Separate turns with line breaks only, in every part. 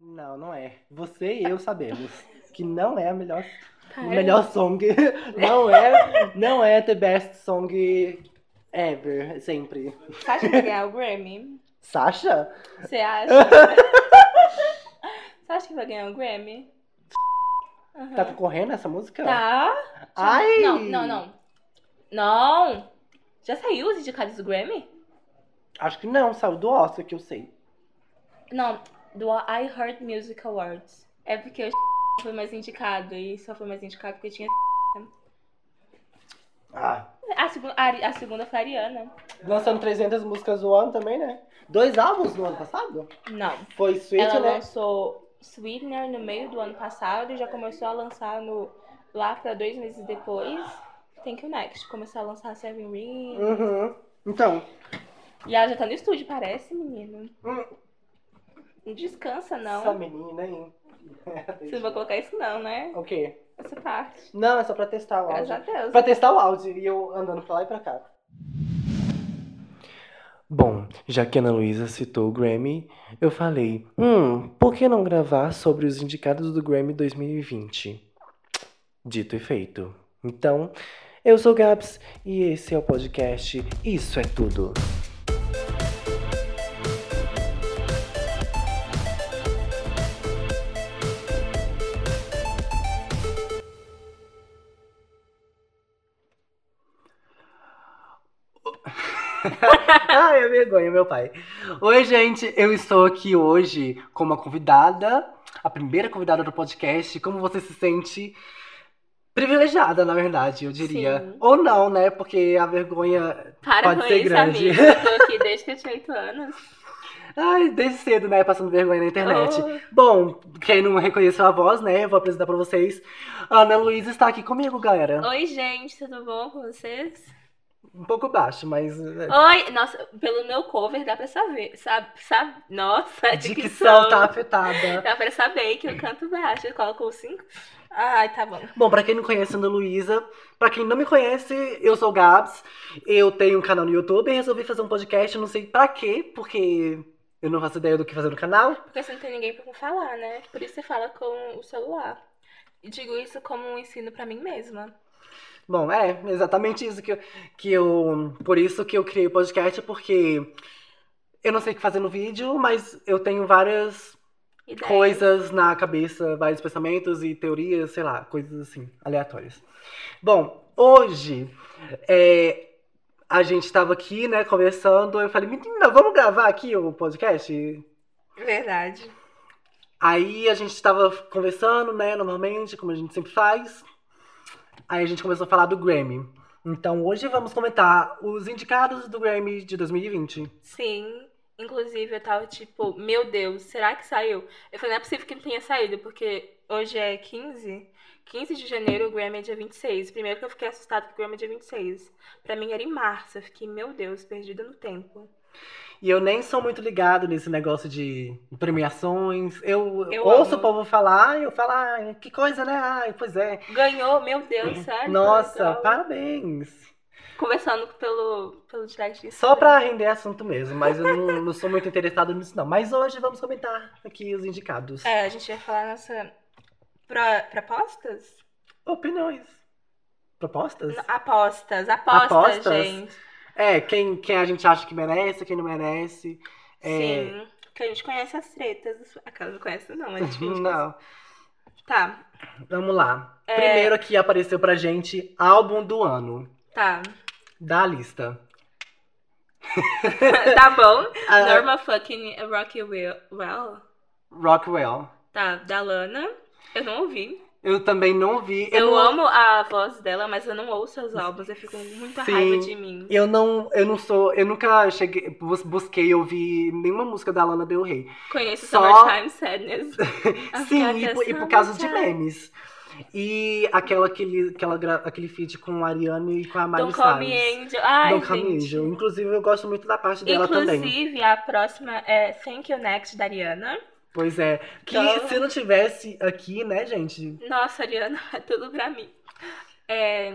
Não, não é. Você e eu sabemos que não é a melhor,
Para.
melhor song. Não é, não é the best song ever, sempre.
Você acha que vai ganhar o Grammy?
Sasha?
Você acha? Você acha que vai ganhar o Grammy? Aham.
Tá né? concorrendo essa música?
Hum. Tá.
Ai!
Não, não, não. Não! Já saiu os indicados do Grammy?
Acho que não, saiu do Oscar que eu sei.
Não, do I Heart Music Awards. É porque o foi mais indicado e só foi mais indicado porque tinha.
Ah.
A, segunda a, a segunda foi a Ariana.
Lançando 300 músicas no ano também, né? Dois álbuns no ano passado?
Não.
Foi Sweet,
Ela
né?
lançou Sweetener no meio do ano passado e já começou a lançar no lá pra dois meses depois. Thank You Next. Começou a lançar Seven Rings.
Uhum. Então,
E ela já tá no estúdio, parece, menino.
Hum.
Não descansa,
essa
não.
menina, hein?
Vocês vão colocar isso não, né?
O quê?
Essa parte.
Não, é só pra testar o áudio.
Graças a Deus.
Pra testar o áudio e eu andando pra lá e pra cá. Bom, já que a Ana Luísa citou o Grammy, eu falei: hum, por que não gravar sobre os indicados do Grammy 2020? Dito e feito. Então, eu sou o Gabs e esse é o podcast Isso é Tudo. Ai, é vergonha, meu pai. Oi, gente, eu estou aqui hoje com uma convidada, a primeira convidada do podcast. Como você se sente privilegiada, na verdade, eu diria.
Sim.
Ou não, né? Porque a vergonha.
Para
pode
com
ser
isso,
grande.
amiga. Eu tô aqui desde que eu tinha 8 anos.
Ai, desde cedo, né? Passando vergonha na internet.
Oh.
Bom, quem não reconheceu a voz, né? Eu vou apresentar pra vocês. Ana Luísa está aqui comigo, galera.
Oh. Oi, gente, tudo bom com vocês?
Um pouco baixo, mas. eh,
Oi! Nossa, pelo meu cover dá pra saber. Sabe, sabe, nossa, a
A dicção
dicção.
tá afetada.
Dá pra saber que eu canto baixo. Eu coloco um o 5. Ai, tá bom.
Bom, pra quem não conhece a Ana Luísa, pra quem não me conhece, eu sou o Gabs, eu tenho um canal no YouTube e resolvi fazer um podcast, eu não sei pra quê, porque eu não faço ideia do que fazer no canal.
Porque você não tem ninguém pra falar, né? Por isso você fala com o celular. E digo isso como um ensino pra mim mesma.
Bom, é exatamente isso que eu, que eu. Por isso que eu criei o podcast, porque eu não sei o que fazer no vídeo, mas eu tenho várias
E daí-
coisas na cabeça, vários pensamentos e teorias, sei lá, coisas assim, aleatórias. Bom, hoje é, a gente estava aqui, né, conversando, eu falei, menina, vamos gravar aqui o podcast?
Verdade.
Aí a gente estava conversando, né, normalmente, como a gente sempre faz. Aí a gente começou a falar do Grammy. Então hoje vamos comentar os indicados do Grammy de 2020.
Sim. Inclusive, eu tava tipo, meu Deus, será que saiu? Eu falei, não é possível que não tenha saído, porque hoje é 15. 15 de janeiro, o Grammy é dia 26. Primeiro que eu fiquei assustada que o Grammy é dia 26. Pra mim era em março. Eu fiquei, meu Deus, perdida no tempo.
E eu nem sou muito ligado nesse negócio de premiações. Eu,
Eu
ouço
amo.
o povo falar e eu falo, ah, que coisa, né? Ai, pois é.
Ganhou, meu Deus, sério. Então, que
Nossa,
legal.
parabéns.
Conversando pelo, pelo direct. do
Só pra
Instagram.
render assunto mesmo, mas eu não, não sou muito interessado nisso, não. Mas hoje vamos comentar aqui os indicados.
É, a gente vai falar nossa. Pro, propostas?
Opiniões. Propostas?
Não, Apostas, apostas,
Apostas?
gente.
É, quem, quem a gente acha que merece, quem não merece. É,
Sim. Porque a gente conhece as tretas. Aquela não conhece, não, a gente finge que-
Não.
Tá,
Vamos lá.
É.
Primeiro aqui apareceu pra gente álbum do ano.
tá.
Da lista.
tá bom.
A-
Norma fucking Rocky Will. Well,
Rockwell.
tá, da Lana. Eu não ouvi.
Eu também não ouvi.
Eu,
não-
amo a voz dela, mas eu não ouço os álbuns. Eu fico com muita
Sim.
raiva de mim.
Eu não, eu não sou, eu nunca cheguei, bus- busquei ouvir nenhuma música da Lana Del Rey.
Conheço
Só-
Summertime Sadness. é
Sim,
I've got
e,
a
por- e por causa de
summertime.
memes. E aquela, aquele, aquela, gra- aquele feat com a Ariane e com a Miley
Don't Call Me
Cyrus.
Angel. Ai,
Don't Call Me
gente.
Angel. Inclusive, eu gosto muito da parte dela também.
Inclusive, a próxima é Thank You Next, da Ariana.
Pois é. Que
Então-
se não tivesse aqui, né, gente?
Nossa, Ariana, é tudo pra mim. É,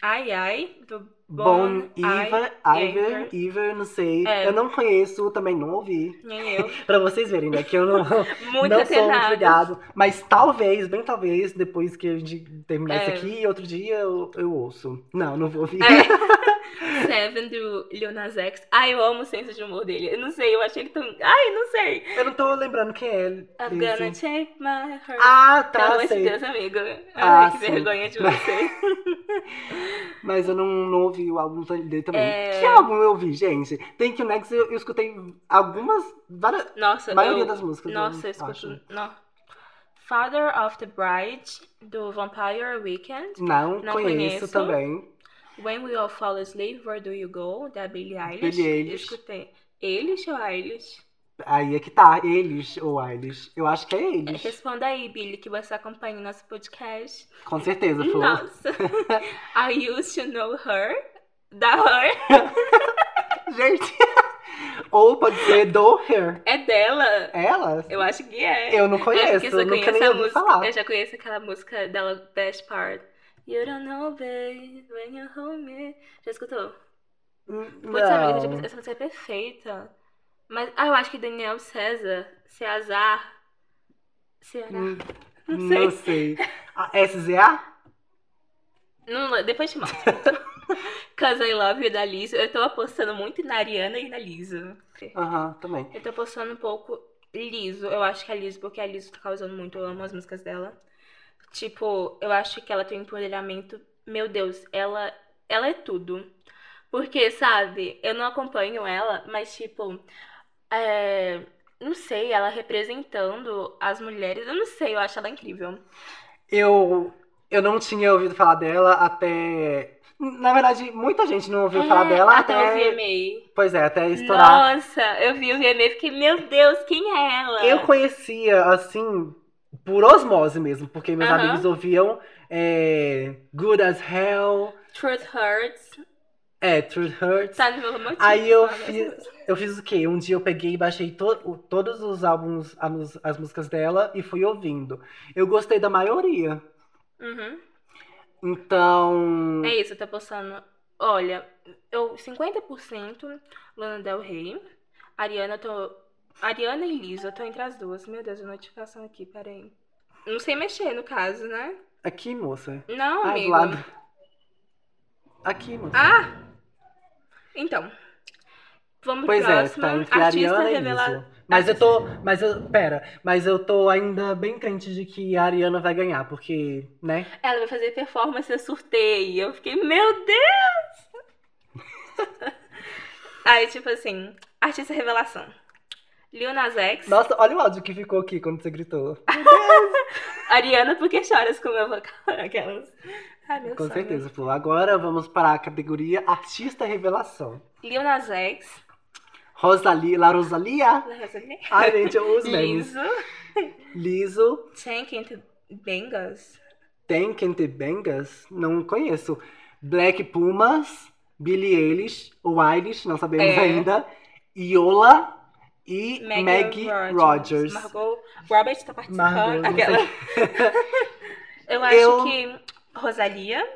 Ai Ai, do
Bon,
Bon,
Iver,
Ai-
Iver, Iver, não sei.
É.
Eu não conheço, também não ouvi.
nem eu.
Pra vocês verem, né? Que eu não,
Muito
não sou muito
atenada.
ligado. Mas talvez, bem talvez, depois que a gente terminar
É.
isso aqui, outro dia eu, eu ouço. Não, não vou ouvir.
É. Seven do Lil Nas X. Ai, eu amo o senso de humor dele. Eu não sei, eu achei ele tão. Ai, não sei.
Eu não tô lembrando quem é. ele.
I'm gonna check my heart.
Ah,
Pelo
tá,
amor de
sei.
Deus, amiga. Ai,
Ah,
que
sim.
vergonha de você.
Mas eu não, não ouvi o álbum dele também.
É.
Que álbum eu ouvi, gente? Thank You Next, eu, eu escutei algumas, várias,
Nossa,
a maioria
eu...
das músicas.
Nossa, eu
acho.
escuto. Não. Father of the Bride, do Vampire Weekend.
Não,
Não
conheço
conheço.
também.
When We All Fall Asleep, Where Do You Go? Da Billie Eilish.
Eilish.
Eu escutei. Eilish ou Eilish?
Aí é que tá, eles ou Eilish. Eu acho que é
É,
eles.
Responda aí, Billie, que você acompanha o nosso podcast.
Com certeza, Flor.
Nossa. I used to know her. Da her.
Gente. ou pode ser do her.
É dela.
Ela?
Eu acho que é.
Eu não
É,
conheço,
porque
eu nunca nem
a
ouvi
música. É.
falar.
Eu já conheço aquela música dela, Best Part. You don't know, babe, when you hold me. Já escutou? Putz, amiga,
Hum, Não.
essa- essa música é perfeita. Mas ah, eu acho que Daniel César, Ceazar. Ceará.
Hum,
Não
Não
sei.
sei. Ah, A SZA?
Não, depois te mostro. Cause I Love You da Liso. Eu tô apostando muito na Ariana e na Liso.
Aham, também.
Eu tô postando um pouco liso. Eu acho que é liso, porque a Liso tá causando muito. Eu amo as músicas dela. Tipo, eu acho que ela tem um empoderamento. Meu Deus, ela, ela é tudo. Porque, sabe, eu não acompanho ela, mas, tipo, é, não sei, ela representando as mulheres. Eu não sei, eu acho ela incrível.
Eu, eu não tinha ouvido falar dela até. Na verdade, muita gente não ouviu falar
É,
dela
até o
até.
VMA.
Pois é, até estourar.
Nossa, eu vi o VMA e fiquei, meu Deus, quem é ela?
Eu conhecia, assim, por osmose mesmo, porque meus
Aham.
amigos ouviam é, Good as Hell,
Truth Hurts.
é, Truth Hurts.
Tá no meu romantismo.
Aí eu
olha.
fiz, eu fiz o quê? Um dia eu peguei e baixei to- o- todos os álbuns, a mus- as músicas dela e fui ouvindo. Eu gostei da maioria.
Uhum.
Então.
É isso, eu tô postando. Olha, eu 50% Lana Del Rey. Ariana, eu tô. Ariana e Lisa, eu tô entre as duas. Meu Deus, a notificação aqui, peraí. Não sei mexer no caso, né?
Aqui, moça.
Não,
Ah, do
amigo.
lado. Aqui, moça.
Ah! Então. Vamos
Pois
pro
é,
próximo.
tá entre
Artista
Ariana e
revelado.
Lizzo. Mas eu tô. Mas eu. Pera, mas eu tô ainda bem crente de que a Ariana vai ganhar, porque, né?
Ela vai fazer performance, eu surtei. Eu fiquei, meu Deus! Aí, tipo assim, artista revelação. Lil Nas X.
Nossa, olha o áudio que ficou aqui quando você gritou.
Ariana, por que choras com o meu vocal? Aquelas. Ai, meu
Com
sonho.
certeza, Flor. Agora vamos para a categoria Artista Revelação.
Lil Nas X. né?
Rosalie, La Rosalia. Ai, Ah, gente, eu uso memes.
Liso.
Liso,
Tank and Bengas.
Tem Kente Bengas? Não conheço. Black Pumas, Billie Eilish, ou Eilish, não sabemos
É.
ainda. Iola e
Maggie,
Maggie
Rogers.
Rogers.
Margot. Robert tá participando.
Margot, não
Aquela.
sei.
Eu acho
Eu-
que Rosalia.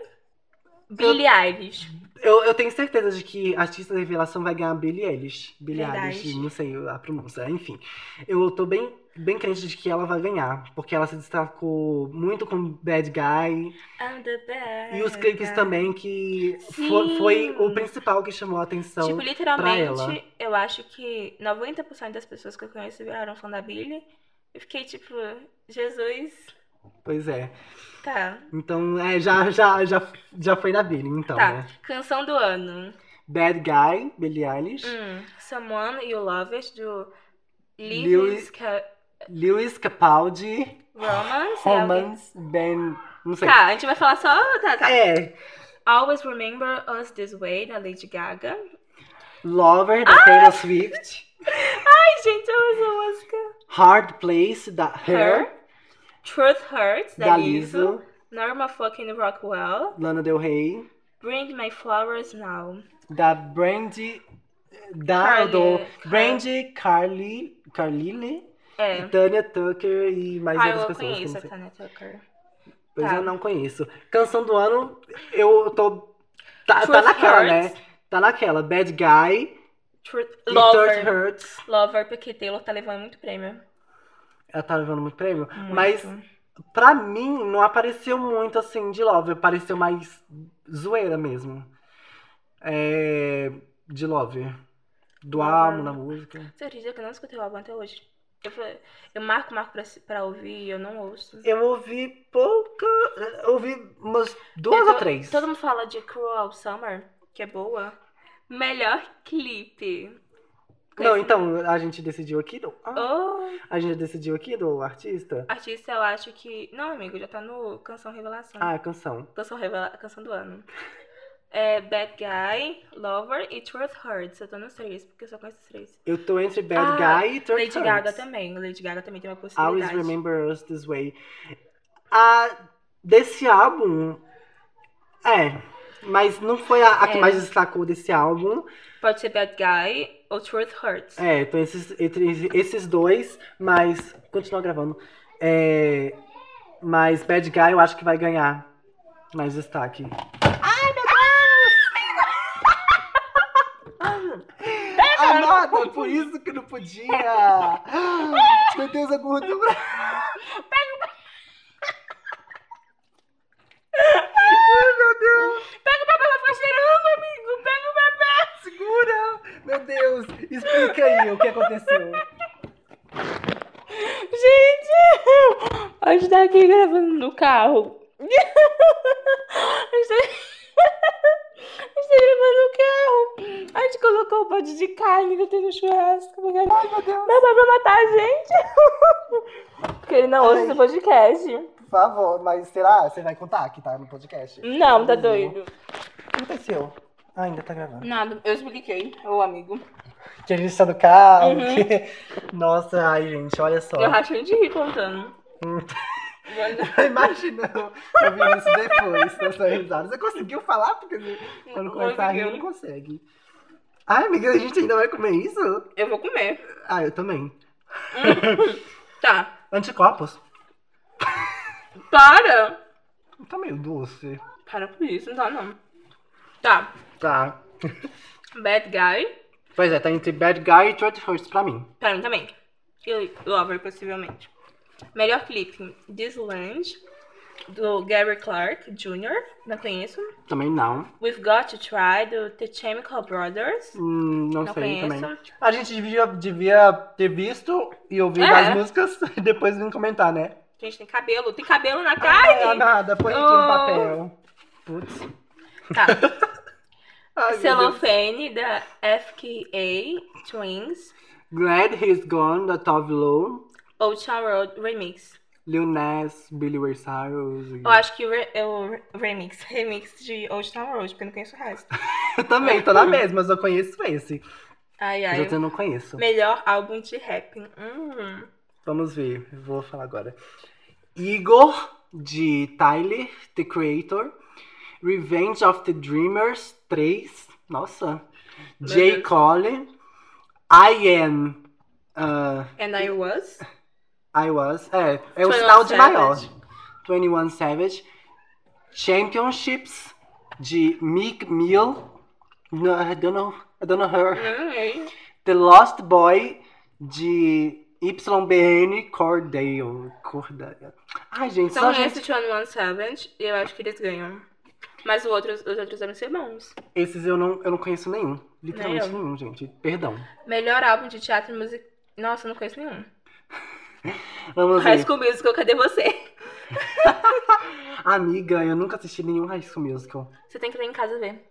Billie Eilish.
Eu, eu tenho certeza de que artista revelação vai ganhar Billie Eilish. Billie
Verdade.
Eilish, não sei a pronúncia. Enfim, eu tô bem, bem crente de que ela vai ganhar, porque ela se destacou muito com Bad Guy
I'm the best.
e os clipes também, que
É, Sim.
fo- foi o principal que chamou a atenção.
Tipo,
pra
literalmente, eu acho que 90% das pessoas que eu conheço viraram fã da Billie. Eu fiquei tipo, Jesus,
Pois é.
tá.
Então, é, já, já, já, já foi na Billie, então,
Tá,
né?
canção do ano.
Bad Guy, Billie Eilish.
Hum, Someone You Love It, do
Lewis-
Lewis Ca-
Lewis Capaldi.
Romance. é alguém-
Romance, Ben... Não sei.
Tá, a gente vai falar só. Tá, tá.
É,
Always Remember Us This Way, da Lady Gaga.
Lover,
Ah!
da Taylor Swift.
Ai, gente, eu amo essa música.
Hard Place da Her,
Her. Truth Hurts, da,
da
Lizzo.
Lizzo,
Norma fucking Rockwell.
Lana Del Rey,
Bring My Flowers Now.
da Brandy, da
Carly-
do Brandy Carly, Carlile,
É.
Tanya Tucker e mais
Ah,
outras
eu
pessoas. que eu
conheço
não
a
sei.
Tanya Tucker.
Pois
Tá.
eu não conheço. Canção do ano, eu tô Tá, tá
Truth
naquela,
Hurts.
né? Tá naquela. Bad Guy
Truth-
e Third
Lover.
Hurts.
Lover, porque Taylor tá levando muito prêmio.
Ela tá levando muito prêmio.
Muito.
Mas pra mim, não apareceu muito assim de Love. Apareceu mais zoeira mesmo. É, de Love. Do
Love.
amo na música.
Você acredita que eu não escutei o álbum até hoje? Eu, falei- eu marco, marco pra, pra ouvir e eu não ouço.
Eu ouvi pouca. eu Ouvi umas duas
Eu tô-
ou três.
É, Todo mundo fala de Cruel Summer, que é boa. Melhor clipe.
Não, então, a gente decidiu aqui do. ah,
Oh,
A gente decidiu aqui do artista?
artista, eu acho que. Não, amigo, já tá no Canção Revelação.
Ah, a canção.
Canção, revela... Canção do ano. É Bad Guy, Lover e Truth Hurts. Eu tô nos três, porque eu só conheço os três.
Eu tô entre Bad
Ah,
Guy e Third
Lady Gaga também. é Lady Gaga também tem uma
Always
possibilidade.
Remember Us This Way. A, desse álbum. É. Mas não foi a, a que
É.
mais destacou desse álbum.
Pode ser Bad Guy ou Truth Hurts.
É, tô esses- entre esses dois, mas. Continua gravando. É, mas Bad Guy eu acho que vai ganhar mais destaque. Ai, meu Deus! Amada, é por isso que não podia! Meu Deus, a gordura!
Amigo, pega o bebê.
Segura! Meu Deus! Explica aí o que aconteceu.
Gente, a gente tá aqui gravando no carro. A gente tá, a gente tá gravando no carro. A gente colocou o pote de carne que eu tenho no churrasco. Porque... Ai, meu Deus. Não, vai pra matar a gente. Porque ele não ouve
Ai.
esse podcast.
Por favor, mas será? Você vai contar que tá no podcast?
Não,
Uhum.
tá doido.
O que aconteceu? Ah, ainda tá gravando.
Nada, eu expliquei, ô amigo.
Que a gente tá no carro.
Uhum.
que- Nossa, ai, gente, olha só.
Eu rachei de rir contando.
Tá. Hum.
Olha.
Imagina eu ouvindo isso depois, dessa risada. Você conseguiu falar? Porque quando começar a rir, não
Conseguiu.
consegue. Ai, amiga, a gente ainda vai comer isso?
Eu vou comer.
Ah, eu também.
Tá,
Anticopos?
para.
Tá meio doce.
Para com isso, não tá não. Tá.
Tá.
Bad Guy,
Pois é, tá entre Bad Guy e Third First pra mim.
pra mim também. E Lover, possivelmente. Melhor clipe, This Land, do Gary Clark Jr., não conheço.
Também não.
We've Got to Try, do The Chemical Brothers,
Hum, não,
não
sei
conheço.
também. A gente devia, devia ter visto e ouvido
É.
as músicas e depois vir comentar, né?
Gente, tem cabelo, tem cabelo na
Ah,
carne!
nada, põe aqui
Oh.
no papel. Putz.
Tá,
Ai, meu Deus.
Cellophane, da FKA Twins,
Glad He's Gone, da Tove Lo.
Old Town Road Remix.
Lil Nas, Billy Ray Cyrus. e-
Eu acho que o, re- é o remix, remix de Old Town Road, porque eu não conheço o resto.
Eu também, tô na mesma, mas eu conheço esse.
Ai,
Os
Hum. ai.
outros eu não conheço.
Melhor álbum de rap. Hum.
Vamos ver, eu vou falar agora. Igor, de Tyler, The Creator. Revenge of the Dreamers 3. Nossa.
Meu
J.
Deus.
Cole. I Am. ah,
And I was.
I Was. É, é o
21
sinal de maior.
Savage.
21 Savage. Championships, de Meek Mill. No, I don't know. I don't know her.
Ai,
The Lost Boy de YBN Cordale. Cordale. Ai, gente,
São
só
esses
gente...
21 Savage e eu acho que eles ganham. Mas os outros, os outros devem ser bons.
esses eu não, eu não conheço nenhum. Literalmente
Nem eu.
nenhum, gente. Perdão.
Melhor álbum de teatro e música. Nossa, eu não conheço nenhum.
Vamos
High
ver.
School Musical, cadê você?
Amiga, eu nunca assisti nenhum High School Musical.
Você tem que ir em casa ver.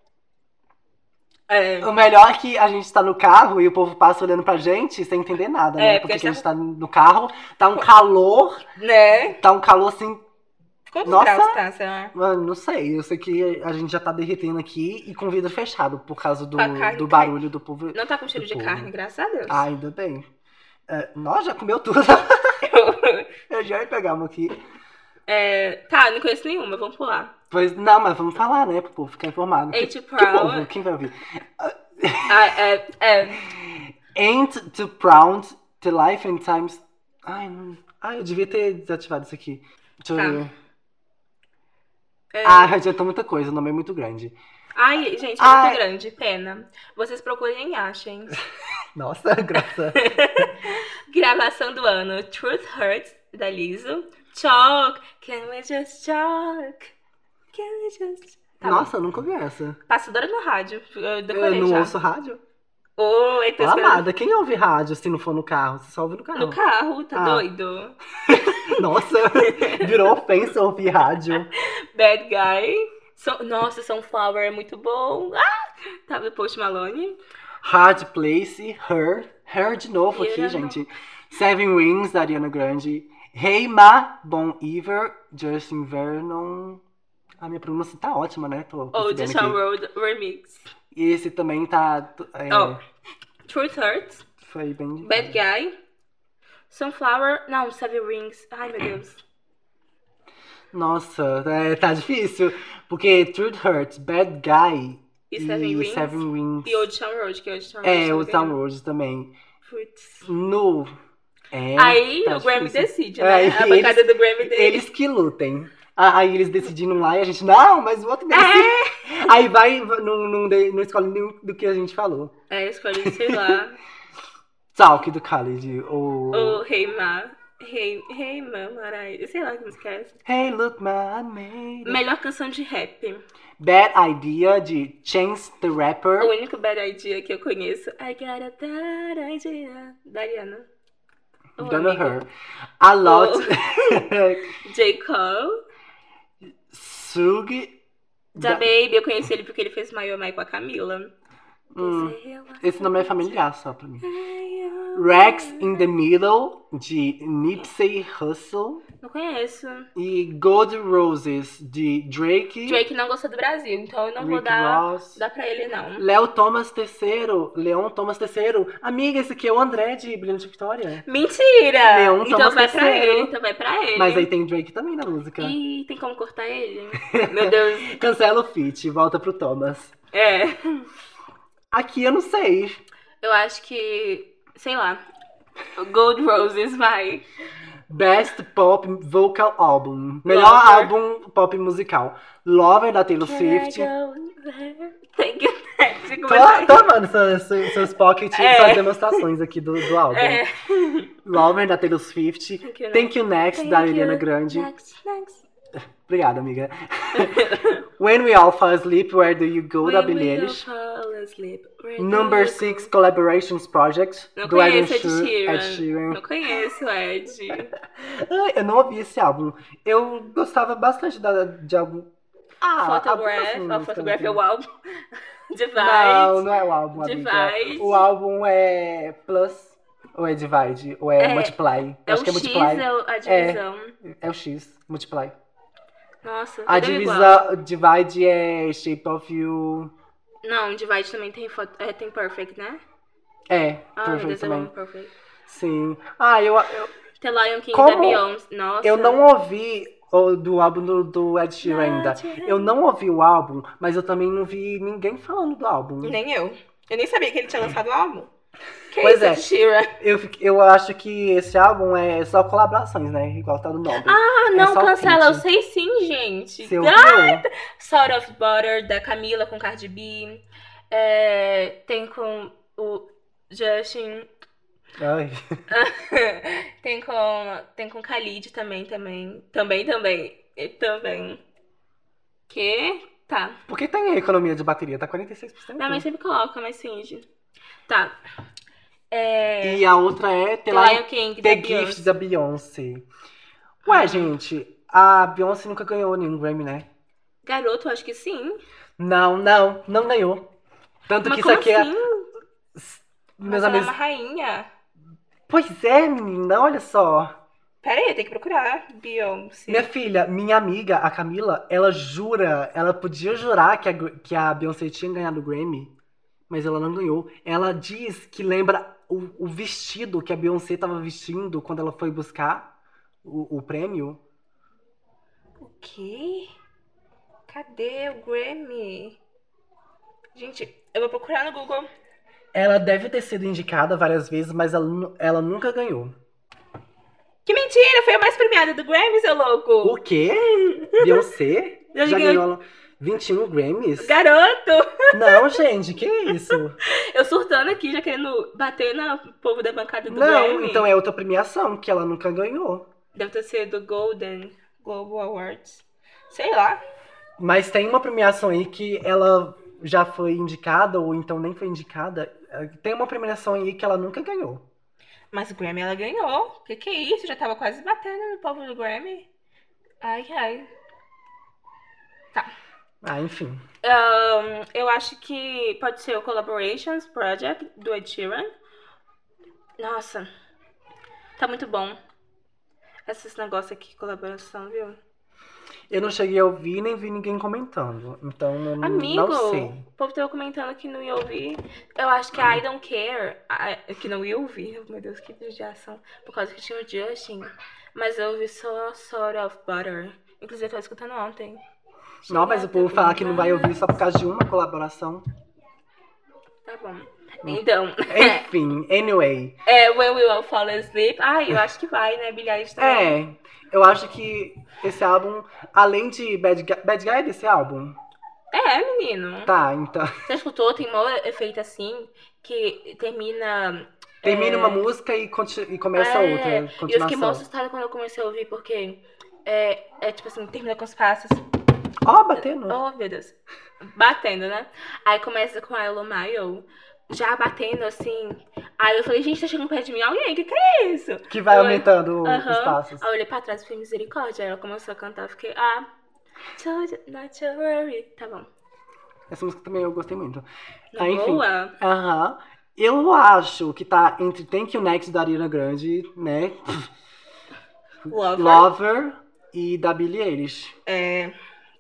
É,
O melhor é que a gente tá no carro e o povo passa olhando pra gente sem entender nada,
É,
né? Porque,
porque a gente
a gente tá no carro, tá um calor,
né?
tá um calor assim
Quantos
Nossa.
graus tá, sei lá?
Mano, não sei. Eu sei que a gente já tá derretendo aqui e com o vidro fechado por causa do,
Tá Com a carne
do
caindo.
barulho do povo.
Não tá com cheiro de
Porra.
carne, graças a Deus.
Ah, ainda bem. É, nós já comeu tudo. Eu já ia pegar uma aqui.
É, tá, não conheço nenhuma, vamos pular.
Pois não, mas vamos falar, né? Pro povo ficar informado. Que, tipo?
Eight
que povo?
Proud.
Quem vai ouvir?
Ah, é, é.
Ain't too proud to life and times. Ai, não. Ai, eu devia ter desativado isso aqui. Deixa eu
Tá.
ver.
é
Ah, adiantou muita coisa, o nome é muito grande.
Ai, gente, é
Ai.
muito grande, pena. Vocês procurem e achem.
Nossa, graça.
Gravação do ano: Truth Hurts, da Lizzo. Talk, can we just talk? Can we just. Tá bom.
Nossa, eu nunca ouvi essa.
Passadora no rádio. Eu
Eu
decorei
não
já.
ouço rádio?
Oi, tô
Ô,
esperando
amada, quem ouve rádio se não for no carro? Você só ouve no carro.
no carro, tá
Ah.
doido?
Nossa, virou ofensa ouvir rádio.
Bad Guy. Son- Nossa, Sunflower é muito bom. Ah! Tá do Post Malone.
Hard Place, Her. Her de novo
Eu
aqui,
não-
gente. Seven Rings, da Ariana Grande. Hey Ma, Bon Iver, Justin Vernon. A minha pronúncia tá ótima, né? Tô
Ou
percebendo
Justin
aqui.
Road Remix.
E esse também tá. é,
Oh. Truth Hurts.
Foi bem.
Bad Guy. Sunflower. Não, Seven Rings. Ai, meu Deus.
Nossa, é, tá difícil. Porque Truth Hurts, Bad Guy
E Seven Rings.
Seven Rings.
E Old Town Road, que é Old Town Road.
É, o
também.
Download também.
Putz.
No. É,
Aí
tá
o Grammy
difícil.
decide, né?
É,
a bancada do Grammy dele.
Eles que lutem. Ah, Aí eles decidindo lá e a gente, não, mas o outro
É.
merece. Aí vai, não, não, de- não escolhe nenhum do que a gente falou.
É, escolhe, sei lá.
Talk do Khalid, ou...
ou Hey Ma. Hey, hey Ma, Marai. Sei lá que música é essa.
Hey, look, man, I made it.
Melhor canção de rap.
Bad Idea, de Chance the
O
Rapper.
único bad idea que eu conheço. I got a bad idea. Dariana. O
Donna
amigo.
Her. A Lot.
J. Cole.
Sug.
Da
Da-
Baby, eu conheci ele porque ele fez My Oh My com a Camila.
Hum,
Você é uma-
esse nome é familiar só pra mim.
Ai, eu-
Rex in the Middle, de Nipsey Hussle.
Não conheço.
E Gold Roses, de Drake.
Drake não gosta do Brasil, então eu não vou
Rick
dar,
Ross.
dar pra ele, não.
Léo Thomas III, Leon Thomas III. Amiga, esse aqui é o André de Brilhante Victoria.
Mentira!
Leon
então
Thomas
vai pra
terceiro.
ele, então vai pra ele.
Mas aí tem Drake também na música.
Ih, tem como cortar ele? Meu Deus.
Cancela o feat, volta pro Thomas.
É.
Aqui eu não sei.
Eu acho que. Sei lá. Gold Roses vai.
Best Pop Vocal Album. Melhor
Lover.
álbum pop musical. Lover da Taylor Swift.
Thank you. Digo,
Tô, tô amando seus, seus- seus pocket,
É.
suas demonstrações aqui do, do álbum.
É.
Lover da Taylor Swift.
Thank you,
Thank You Next, da Ariana Grande.
Next, next.
Obrigada, amiga. When We All Fall Asleep, Where Do You Go, da
When
Billie
we all
Eilish.
fall asleep, where do
Number
we-
6 Collaborations Project
Não
do Ed
conheço Ed
Sheer-
Sheeran.
Ed Sheeran.
Não conheço Ed.
Ai, eu não ouvi esse álbum. Eu gostava bastante da, de algum. Ah, algumas
Photograph.
músicas,
Ó, Photograph
assim.
é o álbum. Divide.
Não, não é o álbum. amiga.
Divide.
O álbum é Plus, ou é Divide, ou é,
É,
Multiply.
é
Acho
o
que é
X,
Multiply.
é o- a divisão.
É o X, Multiply.
Nossa,
A
tudo é igual.
divisão, Divide é Shape of You.
Não, Divide também tem, foto, é, tem Perfect, né?
É,
Ah, meu
Perfect
Deus, eu
também.
amo Perfect.
Sim. Ah, eu, eu,
The Lion King da
Como
Beyoncé. Nossa.
eu não ouvi o do álbum do, do Ed Sheeran ainda. Eu não ouvi o álbum, mas eu também não vi ninguém falando do álbum.
Nem eu. Eu nem sabia que ele tinha lançado o álbum. Que
Pois
isso,
é.
Ed Sheeran?
Eu, fiquei- eu acho que esse álbum é só colaborações, né? Igual tá no nome.
Ah,
É
não,
só o
cancela. Eu
feat.
sei sim, gente.
Você
Ah,
ouviu?
Sort of Butter, da Camila com Cardi B. É, tem com o Justin.
Ai.
tem com. Tem com Khalid também, também. Também, também. E também. Que? Tá.
Por que tem a economia de bateria? Tá 46%.
Minha mãe sempre coloca, mas finge. Tá. É.
E a outra é The,
The
Lion-
Lion King, tá
The
da
Gift
Beyoncé. Ah.
da Beyoncé. Ué, gente, a Beyoncé nunca ganhou nenhum Grammy, né?
Garoto, acho que sim.
Não, não, não ganhou. Tanto
Mas
que
como
isso aqui
assim?
é.
Mas
Meus
ela é
amigos.
uma rainha.
Pois é, menina, olha só.
Pera aí, tem que procurar. Beyoncé.
Minha filha, minha amiga, a Camila, ela jura, ela podia jurar que a, Gr- que a Beyoncé tinha ganhado o Grammy, mas ela não ganhou. Ela diz que lembra o, o vestido que a Beyoncé estava vestindo quando ela foi buscar o, o prêmio.
O quê? Cadê o Grammy? Gente, eu vou procurar no Google.
Ela deve ter sido indicada várias vezes, mas ela, nu- ela nunca ganhou.
Que mentira! Foi a mais premiada do Grammy, seu louco!
O quê? Beyoncé?
Já
Já
ganhou-
ganhou, 21 Grammys?
Garoto!
Não, gente, que isso?
Eu surtando aqui, já querendo bater no povo da bancada do
Não,
Grammy.
então é outra premiação que ela nunca ganhou.
Deve ter sido Golden Globo Awards. Sei lá.
Mas tem uma premiação aí que ela já foi indicada, ou então nem foi indicada. É, Tem uma premiação aí que ela nunca ganhou.
Mas o Grammy ela ganhou. Que que é isso? Já tava quase batendo no povo do Grammy. Ai, ai.
Ah, enfim.
Ahn, eu acho que pode ser o Collaborations Project do Ed Sheeran. Nossa, tá muito bom. Esses negócios aqui, colaboração, viu?
Eu não cheguei a ouvir nem vi ninguém comentando. Então eu n-
Amigo,
não sei.
o povo tava comentando que não ia ouvir. Eu acho que a I Don't Care, a- que não ia ouvir, Oh, meu Deus, que judiação. Por causa que tinha o Justin. Mas eu ouvi só Sort of Butter. Inclusive, eu tava escutando ontem.
Não, mas o povo falar que não vai ouvir só por causa de uma colaboração.
Tá bom. Então,
Enfim, anyway.
é, When We All Fall Asleep. Ai, eu acho que vai, né? Billie Eilish também.
É, eu acho que esse álbum, além de Bad Guy, Bad Guy é desse álbum?
É, menino.
Tá, então.
Você escutou? Tem um efeito assim que termina.
Termina
é,
uma música e, conti- e começa
É,
outra.
E eu fiquei mal
Continuação.
assustada quando eu comecei a ouvir, porque é, é tipo assim, termina com os passos.
Ó, batendo.
Oh, meu Deus. Batendo, né? Aí começa com a Hello Mayo. Já batendo assim. Aí eu falei, gente, tá chegando perto de mim alguém, que que é isso?
Que vai
Oi.
aumentando os
Aham.
passos.
Aí eu olhei pra trás e falei, misericórdia. Aí ela começou a cantar, eu fiquei, ah, told you not to worry. Tá bom.
Essa música também eu gostei muito.
Na
Ah, enfim.
boa.
Aham. Eu acho que tá entre Thank You Next da Ariana Grande, né?
Lover.
Lover e da Billie Eilish.
É,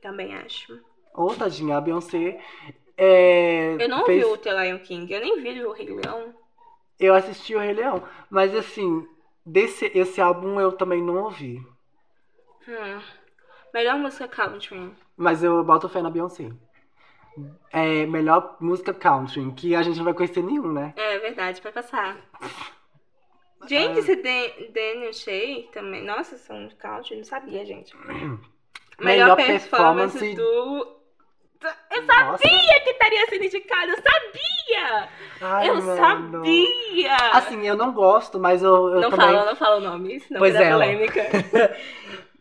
também acho.
Ou, tadinha, a Beyoncé. é,
Eu não
fez-
vi o The Lion King, eu nem vi o Rei Leão.
Eu assisti o Rei Leão. Mas, assim, desse, esse álbum eu também não ouvi.
Hum. Melhor música country.
Mas eu boto fé na Beyoncé. É, melhor música country, que a gente não vai conhecer nenhum, né?
É verdade, vai passar. Gente, esse Dan- Daniel Shea também. Nossa, são de country, não sabia, gente. Melhor,
Melhor
performance,
performance-
do. Eu
Nossa.
sabia que estaria sendo indicado, eu sabia!
Ai,
eu
mano.
sabia!
Assim, eu não gosto, mas eu, eu
não
também.
fala, não fala o nome, senão
Pois
vai dar
é, ó.
polêmica.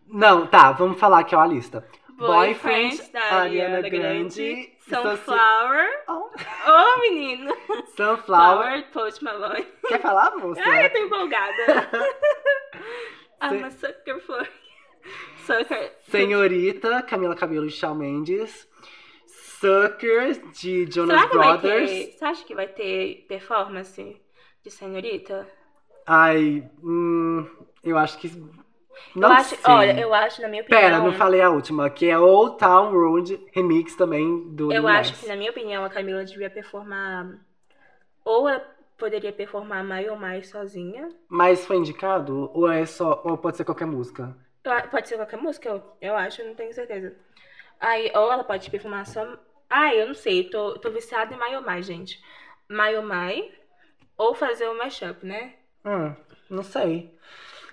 Não, tá, vamos falar aqui, ó, a lista.
Boyfriend,
Boyfriend,
da
Ariana
Ariana Grande,
Grande,
Sunflower.
Oh.
Oh, menino!
Sunflower.
Flower, Post Malone.
Quer falar, moça?
Ai, eu tô empolgada. I'm
Sen-
a sucker for... Sucker...
Senhorita, Camila Cabello e Shawn Mendes. Sucker, de Jonas
Será que vai
Brothers.
ter... Você acha que vai ter performance de senhorita?
Ai, hum, eu acho que. Não
eu acho...
sei.
Olha, eu acho, na minha opinião...
Pera, não falei a última, que é Old Town Road Remix também do
Eu
Lil
acho
Nas.
que, na minha opinião, a Camila devia performar... Ou ela poderia performar mais ou mais sozinha.
Mas foi indicado? Ou é só. Ou pode ser qualquer música?
Eu a- Pode ser qualquer música, eu, eu acho, não tenho certeza. Aí, ou ela pode perfumar só. Ah, eu não sei, eu tô, tô viciada em Mayomai, gente. Mayomai, ou fazer o mashup, né?
Hum, não sei.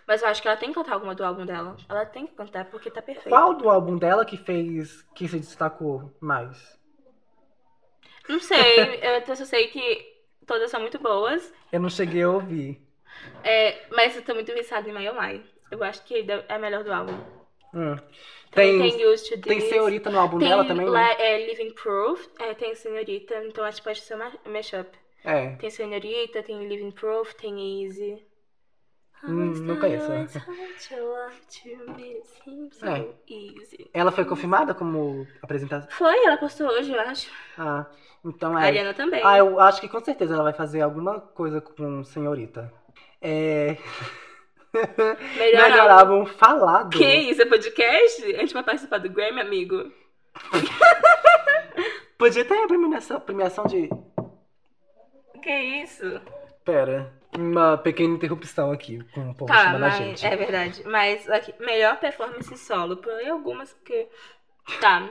Mas eu acho que ela tem que cantar alguma do álbum dela. Ela tem que cantar porque tá perfeito.
Qual do álbum dela que fez. que se destacou mais?
Não sei, eu só sei que todas são muito boas,
Eu não cheguei a ouvir.
é, mas eu tô muito viciada em Mayomai. Eu acho que da- é a melhor do álbum.
Hum.
Também
Tem-
tem Used to
Tem
This,
Senhorita no álbum
tem
dela também, né?
La- é, Living Proof, é, tem Senhorita, então acho que pode ser uma mashup.
É.
Tem Senhorita, tem Living Proof, tem Easy.
Hum, não conheço.
I was taught to love to me, it seems so
É.
easy.
Ela foi confirmada como apresentação?
Foi, ela postou hoje, eu acho.
Ah, então
A
é.
Ariana também.
Ah, eu acho que com certeza ela vai fazer alguma coisa com um Senhorita. É.
Melhor,
Melhor
álbum.
álbum falado.
Que isso, é podcast? A gente vai participar do Grammy, amigo.
Podia ter a premiação, premiação de.
Que isso?
Pera, uma pequena interrupção aqui com o post
tá,
da
mas
gente.
é verdade. Mas aqui, melhor performance solo. Pulei algumas porque. Tá.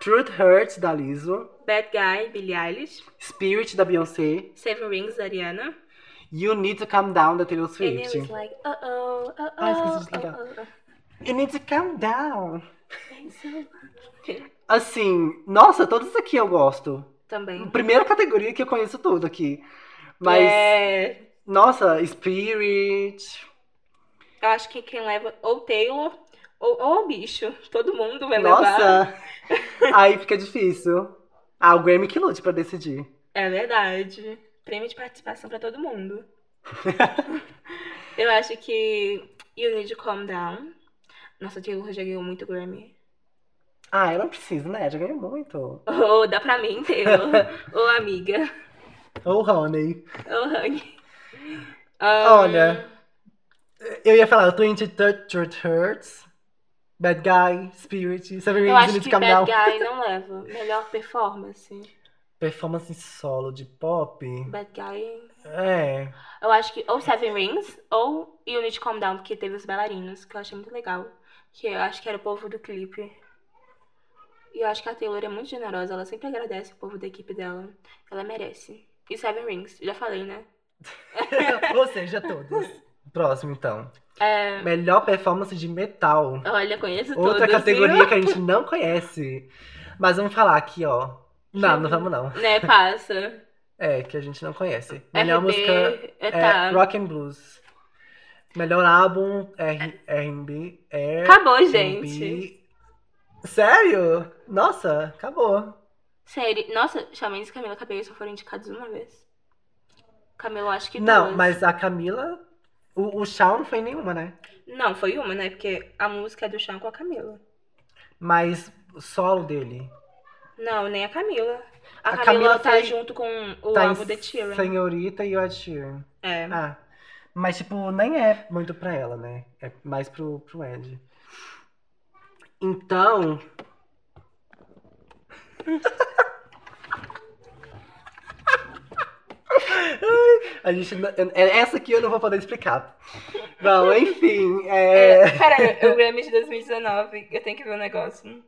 Truth Hurts da Lizzo,
Bad Guy, Billie Eilish.
Spirit da Beyoncé,
Seven Rings, da Ariana.
You Need to Calm Down da Taylor
And it
Swift.
was like, uh oh, uh oh.
Ah, esqueci de ligar.
uh oh.
You need to calm down. Assim, nossa, todos aqui eu gosto.
Também.
Primeira categoria que eu conheço tudo aqui. Mas,
É,
nossa, Spirit.
eu acho que quem leva ou Taylor ou, ou o bicho. Todo mundo vai levar.
Nossa. Aí fica difícil. Ah, o Grammy que lute pra decidir.
É verdade. Prêmio de participação pra todo mundo. eu acho que You Need to Calm Down. Nossa, Taylor já ganhou muito Grammy.
Ah, eu não preciso, né? Já ganhei muito.
Ou dá pra mim, Taylor. Ou amiga.
Ou Honey.
Ou Ah, Hug.
Olha. Eu ia falar 20 Third Hertz, Bad Guy, Spirit, Seven
Eu
Rings,
acho
Need
que
Calm
Bad
Down.
Guy não leva. Melhor performance.
Performance solo de pop.
Bad Guy.
É.
Eu acho que ou Seven Rings ou You Need to Calm Down, porque teve os bailarinos, que eu achei muito legal. Que eu acho que era o povo do clipe. E eu acho que a Taylor é muito generosa, ela sempre agradece o povo da equipe dela. Ela merece. E Seven Rings, já falei, né?
Ou seja, todas. Próximo, então.
É,
Melhor performance de metal.
olha, conheço todos.
Outra
viu?
categoria que a gente não conhece. Mas vamos falar aqui, ó. Não, não vamos não.
Né, passa.
É, que a gente não conhece. Melhor
RB,
música
é,
é
tá.
Rock and Blues. Melhor álbum R- R&B. R-
Acabou,
R&B.
gente.
Sério? Nossa, acabou.
Sério. Nossa, Xamendes e Camila Cabello só foram indicados uma vez. Camila, eu acho que
não,
duas.
mas a Camila... O, o Shawn não foi nenhuma, né?
Não, foi uma, né? Porque a música é do Chão com a Camila.
Mas o solo dele...
Não, nem a Camila. A,
A
Camila,
Camila
tá
foi-
junto com o
tá
álbum
em
The Tyrion.
Senhorita e o Ed Sheeran.
É.
Ah, mas tipo, nem é muito pra ela, né? É mais pro, pro Ed. Então... Ai, A gente, não- eu- é- essa aqui eu não vou poder explicar. Bom, enfim, é,
É, cara, é o Grammy de 2019. Eu tenho que ver o negócio.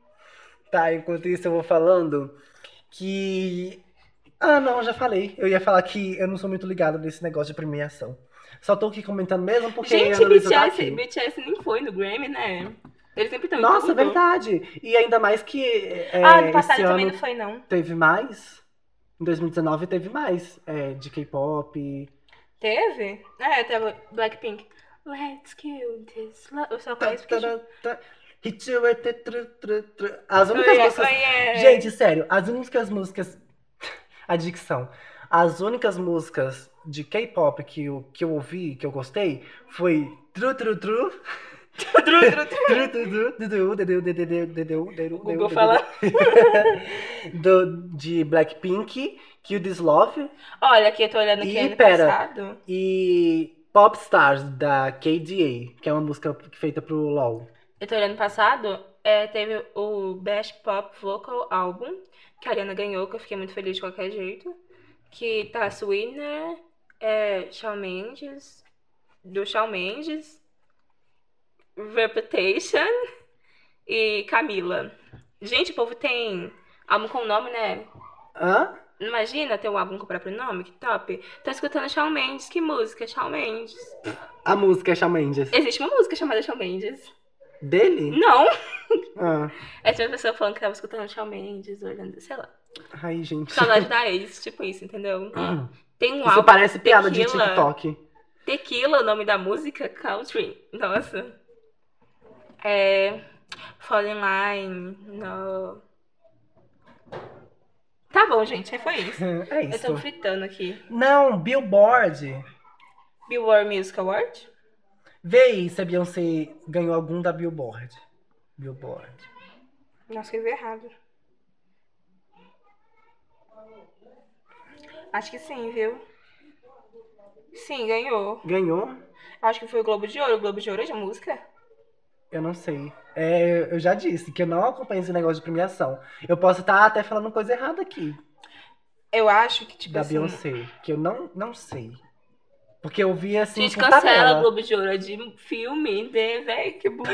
tá. Enquanto isso, eu vou falando que. Ah, não, já falei. Eu ia falar que eu não sou muito ligado nesse negócio de premiação. Só tô aqui comentando mesmo porque. a
Gente,
Luísa tá
BTS,
aqui.
BTS nem foi no Grammy, né? Eles sempre estão
Nossa,
tudo.
verdade! E ainda mais que. é,
Ah, no
esse
passado também
ano
não foi, não.
teve mais. Em 2019 teve mais. é, de K-pop.
Teve? É, teve Blackpink. Let's kill this love. Eu só conheço porque...
Tá, tá, tá. Hit you with the tru, tru, tru. As
Oh,
únicas
yeah,
músicas
oh, yeah.
Gente, sério, as únicas músicas. Adicção. As únicas músicas de K-pop que eu, que eu ouvi, que eu gostei, foi Tru Tru Tru.
Tru, tru,
Tru
tru.
Tru Tru. Dudu, Dudu, Dudu, Dudu, Dudu, Dudu,
Google
Dudu,
fala.
Dudu. Do, de Blackpink, Kill This Love
Olha, aqui eu tô olhando aqui
Ih,
ano
pera.
passado.
e Popstars da KDA, que é uma música feita pro LOL.
Eu tô olhando passado, é, teve o Best Pop Vocal Album, que a Ariana ganhou, que eu fiquei muito feliz de qualquer jeito. Que tá Swinner, é, Shawn Mendes, do Shawn Mendes, Reputation e Camila. Gente, o povo tem álbum com nome, né?
Hã?
Imagina ter um álbum com o próprio nome, que top. Tô escutando Shawn Mendes, que música, Shawn Mendes.
A música é Shawn Mendes.
Existe uma música chamada Shawn Mendes?
Dele?
Não!
Ah.
Essa é uma pessoa falando que tava escutando Shawn Mendes, olhando, sei lá.
Ai, gente.
Saudade da ex, tipo isso, entendeu? Tem um
Isso
álbum,
parece piada de
Tequila.
TikTok.
Tequila, o nome da música, Country. Nossa. É... Fall in Line, no... Tá bom, gente, foi isso.
É
Eu
isso.
tô fritando aqui.
Não, Billboard.
Billboard Music Award?
Vê aí se a Beyoncé ganhou algum da Billboard. Billboard.
Não escrevi errado. Acho que sim, viu? Sim, ganhou.
Ganhou?
Acho que foi o Globo de Ouro. O Globo de Ouro é de música?
Eu não sei. É, eu já disse que eu não acompanho esse negócio de premiação. Eu posso estar até falando coisa errada aqui
Eu acho que, tipo
da
assim...
Beyoncé, que eu não, não sei. Porque eu vi assim.
gente,
por
cancela
tabela.
o Globo de Ouro é de filme, né, velho? Que burra.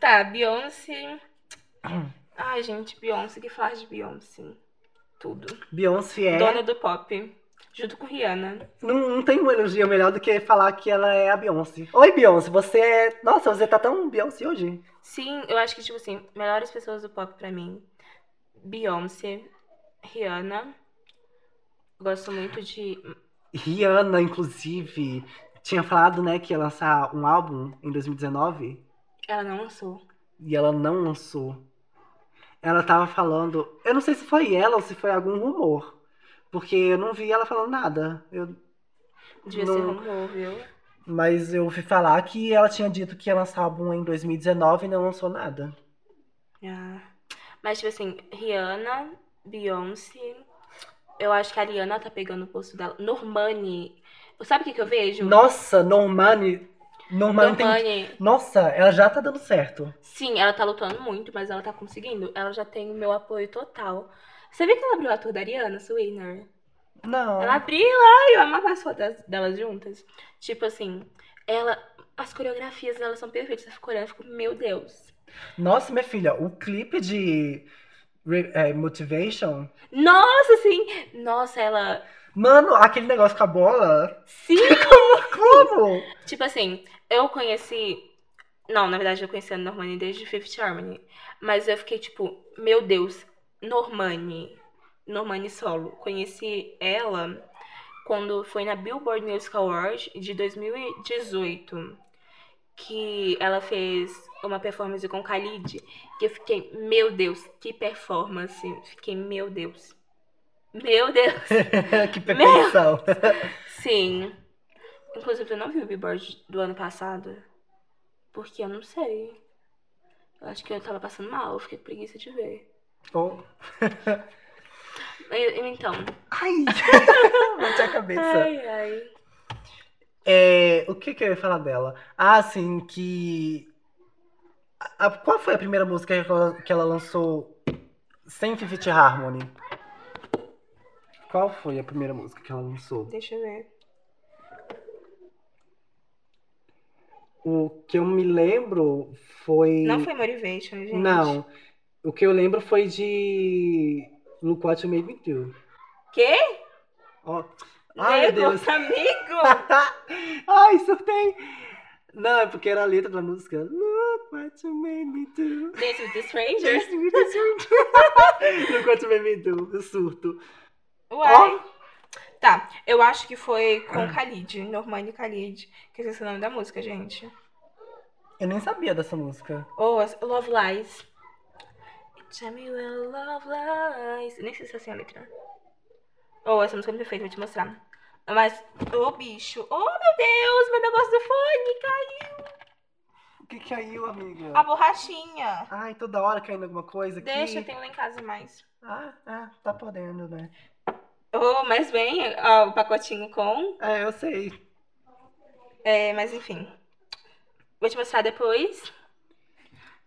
tá, Beyoncé... Ai, gente, Beyoncé, que faz de Beyoncé? Tudo.
Beyoncé é
Dona do pop. junto com Rihanna.
Não, não tem um elogio melhor do que falar que ela é a Beyoncé. Oi, Beyoncé, você é. Nossa, você tá tão Beyoncé hoje.
Sim, eu acho que, tipo assim, melhores pessoas do pop pra mim. Beyoncé, Rihanna. Gosto muito de.
Rihanna, inclusive, tinha falado, né, que ia lançar um álbum em 2019
Ela não lançou.
e ela não lançou. Ela tava falando. Eu não sei se foi ela ou se foi algum rumor. Porque eu não vi ela falando nada. Eu-
Devia
Não.
ser rumor, viu?
mas eu ouvi falar que ela tinha dito que ia lançar álbum em 2019 e não lançou nada.
Ah. Mas, tipo assim, Rihanna, Beyoncé. Eu acho que a Ariana tá pegando o posto dela. Normani. Sabe o que, que eu vejo?
Nossa, Normani. Normani tem.
Normani.
Nossa, ela já tá dando certo.
Sim, ela tá lutando muito, mas ela tá conseguindo. Ela já tem o meu apoio total. Você viu que ela abriu a tour da Ariana, Swinner?
Não.
Ela abriu, ai, eu amava as fotos delas juntas. Tipo assim, ela. As coreografias delas são perfeitas. Eu fico olhando, eu fico, meu Deus.
Nossa, minha filha, o clipe de Re- é, Motivation.
Nossa, sim! Nossa, ela.
Mano, aquele negócio com a bola.
Sim!
Como?
Tipo assim, eu conheci. Não, na verdade eu conheci a Normani desde Fifth Harmony. Mas eu fiquei tipo, meu Deus, Normani. Normani solo. Conheci ela quando foi na Billboard Music Awards de 2018. Que ela fez uma performance com Khalid. Que eu fiquei, meu Deus, que performance. Fiquei, meu Deus. Meu Deus.
que perfeição.
Sim. Inclusive, eu não vi o Billboard do ano passado. Porque eu não sei. Eu acho que eu tava passando mal, eu fiquei com preguiça de ver.
Oh.
E- e- Então.
Ai, bati a cabeça.
Ai, ai.
É, o que que eu ia falar dela? Ah, assim, que... a- a- qual foi a primeira música que ela, que ela lançou sem Fifth Harmony? Qual foi a primeira música que ela lançou?
Deixa eu ver.
O que eu me lembro foi...
Não foi Motivation, gente.
Não. O que eu lembro foi de Look What You Made Me Do.
Quê?
Ó. Ai, meu Deus.
Nego, amigo!
Ai, surtei! Não, é porque era a letra da música. Look what you made me do.
Dance with the Strangers?
Just me the
um
surto. Look what you made me do. Eu surto.
Uai. Tá, eu acho que foi com Khalid, Normani Khalid. Que esse é o nome da música, gente.
Eu nem sabia dessa música.
Ou as Love Lies. Tell me where love lies. Nem sei se é assim a letra. Ou essa música é perfeita, vou te mostrar. Mas, ô bicho. Oh, meu Deus, meu negócio do fone. cai-
O que caiu, amiga?
A borrachinha.
Ai, toda hora caindo alguma coisa aqui.
Deixa, eu tenho lá em casa mais.
Ah, ah, tá podendo, né?
Oh, mas vem ó, o pacotinho com.
É, eu sei.
É, mas enfim. Vou te mostrar depois.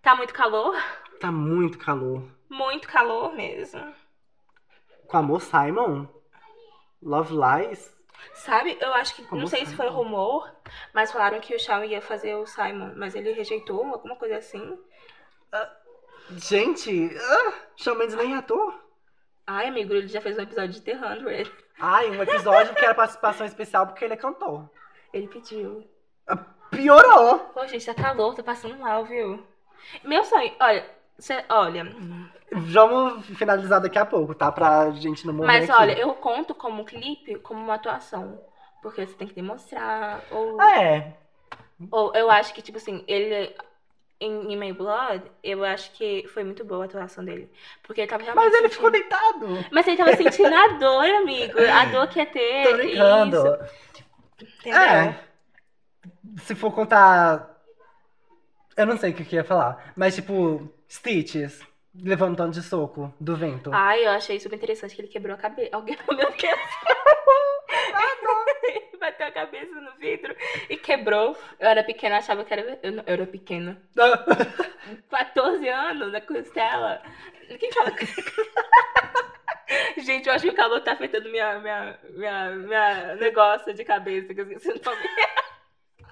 Tá muito calor.
Tá muito calor.
Muito calor mesmo.
Com amor, Simon? Love Lies?
Sabe, eu acho que,
Como
não sei se foi
Simon?
rumor, mas falaram que o Shawn ia fazer o Simon, mas ele rejeitou, alguma coisa assim.
Gente, ah, Shawn Mendes nem é ator.
Ai, amigo, ele já fez um episódio de The 100.
Ai, um episódio que era participação especial porque ele é cantor.
Ele pediu.
Piorou!
Pô, gente, tá calor, tá passando mal, viu? Meu sonho, olha, cê- olha,
Vamos finalizar daqui a pouco, tá? Pra gente não morrer
mas
aqui.
olha, eu conto como clipe, como uma atuação. Porque você tem que demonstrar, ou,
Ah, é.
ou eu acho que, tipo assim, ele... Em, em My Blood, eu acho que foi muito boa a atuação dele. Porque ele tava realmente.
Mas ele
sentindo-
ficou deitado.
Mas ele tava sentindo a dor, amigo. A dor que ia ter.
Tô brincando.
É, Isso, entendeu?
É. Se for contar... Eu não sei o que que eu ia falar. Mas, tipo, Stitches levando um tanto de soco do vento.
Ai, eu achei super interessante que ele quebrou a cabeça. Alguém, meu Deus. Ele Bateu a cabeça no vidro e quebrou. Eu era pequena, achava que era. Eu, não- eu era pequena. 14 anos na costela. Quem fala Gente, eu acho que o calor tá afetando minha, minha, minha, minha negócio de cabeça. que eu esqueci o nome.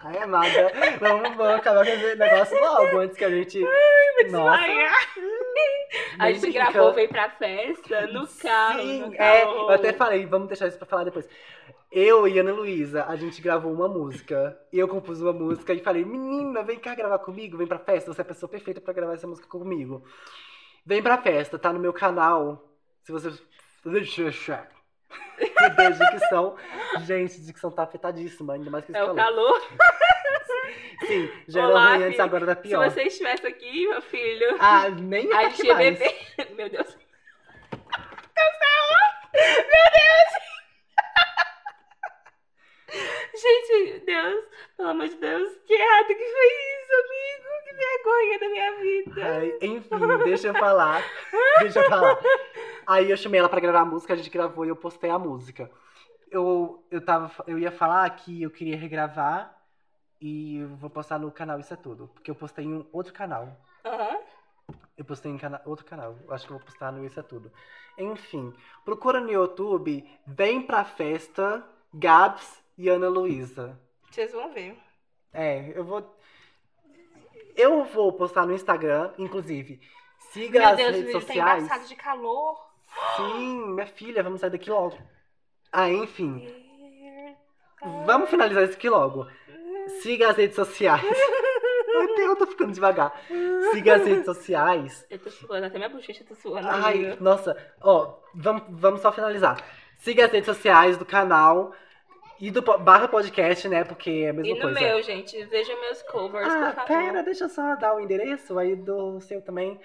Ai, amada, vamos, vamos acabar com esse negócio logo antes que a gente. Nossa,
Desmaiar. A
nem
gente
brinca.
gravou, veio pra festa, no carro.
Sim,
no
é,
carro.
eu até falei, vamos deixar isso pra falar depois. Eu e Ana Luísa, a gente gravou uma música. Eu compus uma música e falei, menina, vem cá gravar comigo, vem pra festa, você é a pessoa perfeita pra gravar essa música comigo. Vem pra festa, tá no meu canal. Se você. Meu Deus, dicção. Gente, dicção tá afetadíssima, ainda mais que esse
É o
calor.
calor.
Sim, já era
Olá,
ruim antes,
filho.
agora tá
Se
pior.
você estivesse aqui, meu filho,
Ah, nem
a
ataque
gente ia
mais.
beber. Meu Deus. Gente, Deus, pelo amor de Deus, que errado que foi isso, amigo. Que vergonha da minha vida.
Ai, enfim, deixa eu falar. Deixa eu falar. Aí eu chamei ela pra gravar a música, a gente gravou e eu postei a música. Eu, eu, tava, eu ia falar que eu queria regravar e eu vou postar no canal Isso é Tudo. Porque eu postei em um outro canal.
Aham.
Eu postei em cana- outro canal. Eu Acho que eu vou postar no Isso é Tudo. Enfim, procura no YouTube, vem pra festa, Gabs e Ana Luísa.
Vocês vão ver.
É, eu vou. Eu vou postar no Instagram, inclusive. Siga
Meu
as
Deus,
redes
menino, tá
sociais.
embaçado de calor.
Sim, minha filha, vamos sair daqui logo. Ah, enfim. Vamos finalizar isso aqui logo. Siga as redes sociais. Meu Deus, eu tô ficando devagar. Siga as redes sociais.
Eu tô suando, até minha bochecha tá suando.
Ai,
amiga.
nossa, ó, vamos, vamos só finalizar. Siga as redes sociais do canal e do po- barra podcast, né? Porque é a mesma
E no
coisa.
meu, gente, vejam meus covers, por
Ah,
favor.
pera, deixa eu só dar o endereço aí do seu também.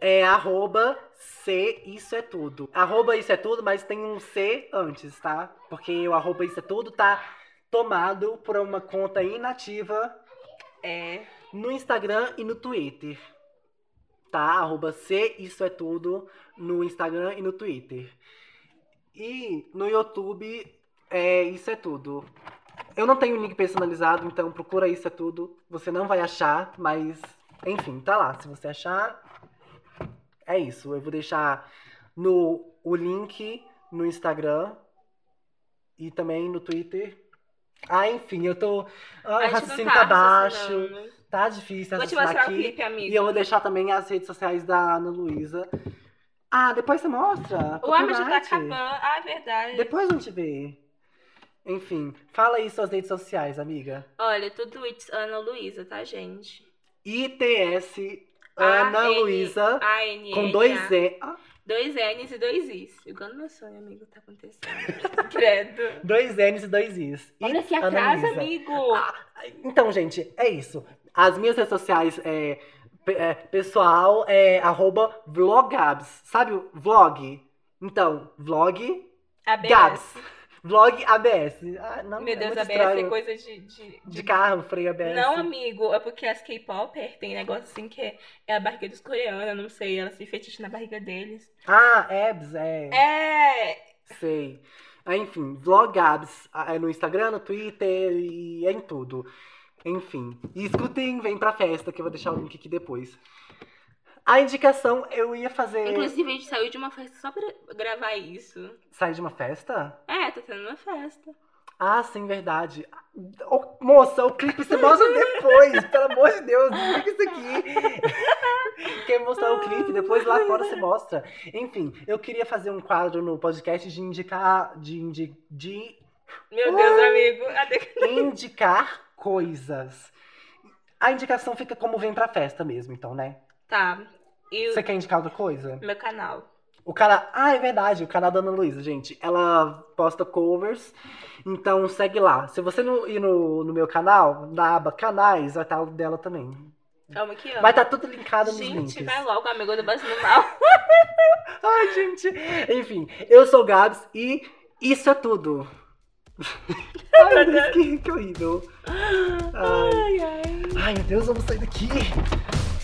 É arroba C Isso É Tudo. Arroba Isso É Tudo, mas tem um C antes, tá? Porque o arroba Isso É Tudo tá tomado por uma conta inativa
É.
no Instagram e no Twitter. Tá? Arroba C Isso É Tudo no Instagram e no Twitter. E no YouTube é Isso É Tudo. Eu não tenho link personalizado, então procura Isso É Tudo. Você não vai achar, mas enfim, tá lá. Se você achar, é isso. Eu vou deixar no, o link no Instagram e também no Twitter. Ah, enfim, eu tô. Ah, o
A gente não
raciocínio tá
um
baixo.
raciocinando.
Tá difícil
Vou te
raciocinar
mostrar o
aqui.
clipe, amigo.
E eu vou deixar também as redes sociais da Ana Luísa. Ah, depois você mostra?
O Amor já tá
Copyright.
acabando. Ah, é verdade.
Depois a gente vê. Enfim, fala aí suas redes sociais, amiga.
Olha, tudo it's Ana Luísa, tá, gente?
ITS Ana
A-N-
Luísa
A-N-N-A.
com dois Z. ah,
Dois N's e dois I's. Igual no meu sonho, amigo, tá acontecendo. Credo.
Dois N's e dois Is. E
Olha, se
Ana
atrasa,
Luísa.
amigo.
Então, gente, é isso. As minhas redes sociais é, pe- é, pessoal é arroba vlogabs. Sabe o vlog? Então, vlog
ABS.
Gabs. Vlog ABS. Ah, não,
Meu Deus,
é muito
ABS é
estranho.
coisa de... de,
De carro, freio ABS.
Não, amigo, é porque as K-popper tem negócio assim que é- é a barriga dos coreanos, não sei, elas se feticham na barriga deles.
Ah, abs, é.
É!
Sei. Ah, Enfim, vlog abs ah, é no Instagram, no Twitter e é em tudo. Enfim. E escutem, vem pra festa, que eu vou deixar o link aqui depois. A indicação, eu ia fazer.
Inclusive, a gente saiu de uma festa só pra gravar isso.
Sair de uma festa?
É, tá tendo uma festa.
Ah, sim, verdade. Ô, moça, o clipe você mostra depois, pelo amor de Deus, desliga é isso aqui. Quer mostrar o clipe, depois lá fora você mostra. Enfim, eu queria fazer um quadro no podcast de indicar, de, indi- de
Meu Deus, amigo. até que-
indicar coisas. A indicação fica como vem pra festa mesmo, então, né?
Tá. E o
Você quer indicar outra coisa?
meu canal.
O cara. Ah, é verdade, o canal da Ana Luísa, gente. Ela posta covers. Então segue lá. Se você não ir no, no meu canal, na aba canais, vai estar o dela também.
Calma aqui, ó.
Vai estar tudo linkado nos links.
Gente, vai logo, amigo, eu tô passando mal.
Ai, gente. Enfim, eu sou o Gabs e isso é tudo. Ai, meu Deus, que, que horrível. Ai.
Ai, ai.
Ai, meu Deus, vamos sair daqui.